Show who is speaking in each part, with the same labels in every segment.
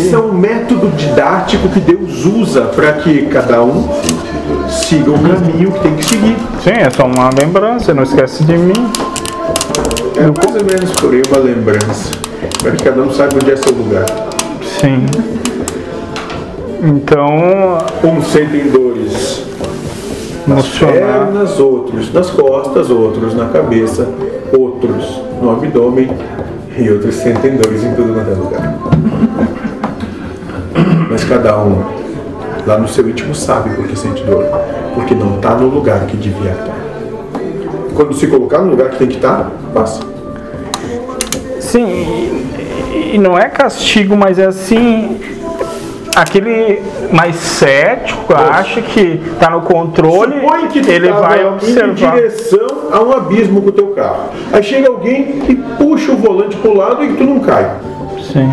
Speaker 1: Esse é um método didático que Deus usa para que cada um siga o caminho que tem que seguir.
Speaker 2: Sim, é só uma lembrança, não esquece de mim.
Speaker 1: É mais ou menos por aí uma lembrança. Para que cada um saiba onde é seu lugar.
Speaker 2: Sim. Então,
Speaker 1: Um sentem dores nas
Speaker 2: emocionar.
Speaker 1: pernas, outros nas costas, outros na cabeça, outros no abdômen e outros sentem dores em todo quanto é lugar. Mas cada um lá no seu íntimo sabe por que sente dor, porque não está no lugar que devia estar. Quando se colocar no lugar que tem que estar, passa.
Speaker 2: é, Sim, e, e não é castigo, mas é assim. Aquele mais cético acha que tá no controle,
Speaker 1: Supõe que tu
Speaker 2: ele
Speaker 1: tava
Speaker 2: vai
Speaker 1: Indo em
Speaker 2: observar.
Speaker 1: direção a um abismo com o teu carro. Aí chega alguém e puxa o volante pro lado e tu não cai.
Speaker 2: Sim,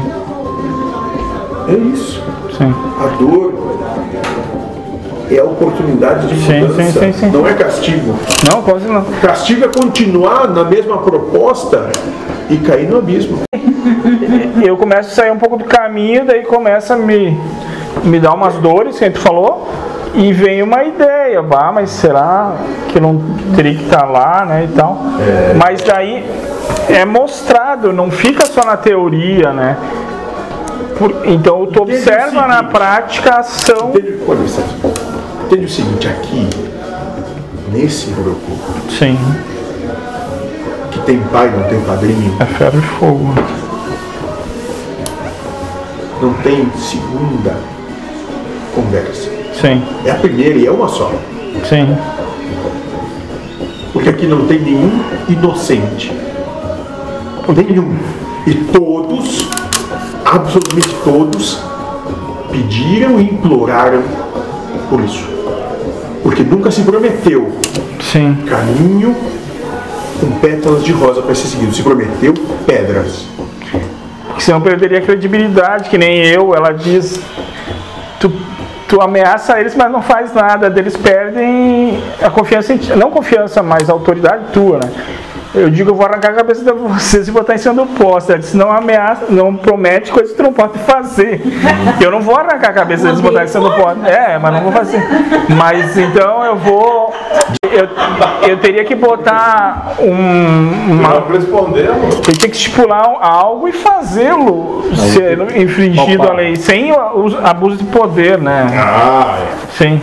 Speaker 1: É isso.
Speaker 2: sim.
Speaker 1: A dor é a oportunidade de
Speaker 2: Sim,
Speaker 1: mudança.
Speaker 2: sim, sim, sim.
Speaker 1: Não é castigo.
Speaker 2: Não, quase não.
Speaker 1: Castigo é continuar na mesma proposta e cair no abismo.
Speaker 2: E eu começo a sair um pouco do caminho, daí começa a me, me dar umas dores, que a gente falou, e vem uma ideia, bah, mas será que eu não teria que estar lá, né, e tal. Mas daí é mostrado, não fica só na teoria, né. Por- então
Speaker 1: Desde
Speaker 2: tu
Speaker 1: o
Speaker 2: observa
Speaker 1: seguinte.
Speaker 2: na prática a ação,
Speaker 1: Entende, olha, Sérgio, entende o seguinte, aqui, nesse grupo,
Speaker 2: sim,
Speaker 1: que tem pai, não tem padrinho,
Speaker 2: é ferro e fogo,
Speaker 1: não tem segunda conversa.
Speaker 2: sim,
Speaker 1: É a primeira e é uma só.
Speaker 2: sim,
Speaker 1: Porque aqui não tem nenhum inocente. Nenhum. E todos, absolutamente todos, pediram e imploraram por isso. Porque nunca se prometeu
Speaker 2: sim,
Speaker 1: caminho com pétalas de rosa para ser seguido. Se prometeu pedras.
Speaker 2: Porque senão perderia a credibilidade, que nem eu, ela diz. Tu, tu ameaça eles, mas não faz nada. Daí Eles perdem a confiança em ti. Não confiança, mas a autoridade tua, né? Eu digo, eu vou arrancar a cabeça de vocês e botar em cima do poste. Ela disse, não ameaça, não promete coisas que tu não pode fazer. Eu não vou arrancar a cabeça deles e botar em cima do poste. É, mas não vou fazer. Mas então eu vou. Eu, eu teria que botar um, uma,
Speaker 1: respondemos.
Speaker 2: ele tem que estipular algo e fazê-lo ser infringido a lei, sem o o abuso de poder, né?
Speaker 1: Ah, é.
Speaker 2: Sim.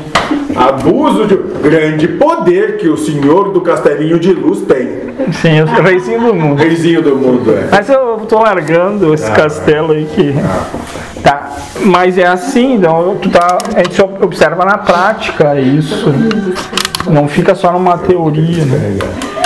Speaker 1: Abuso de grande poder que o senhor do castelinho de luz tem.
Speaker 2: Sim, eu sou reizinho do mundo.
Speaker 1: Reizinho do mundo, é.
Speaker 2: Mas eu tô largando esse castelo aí que. Tá. Mas é assim, então tu tá. A gente só observa na prática isso. Não fica só numa teoria, né?
Speaker 1: Legal.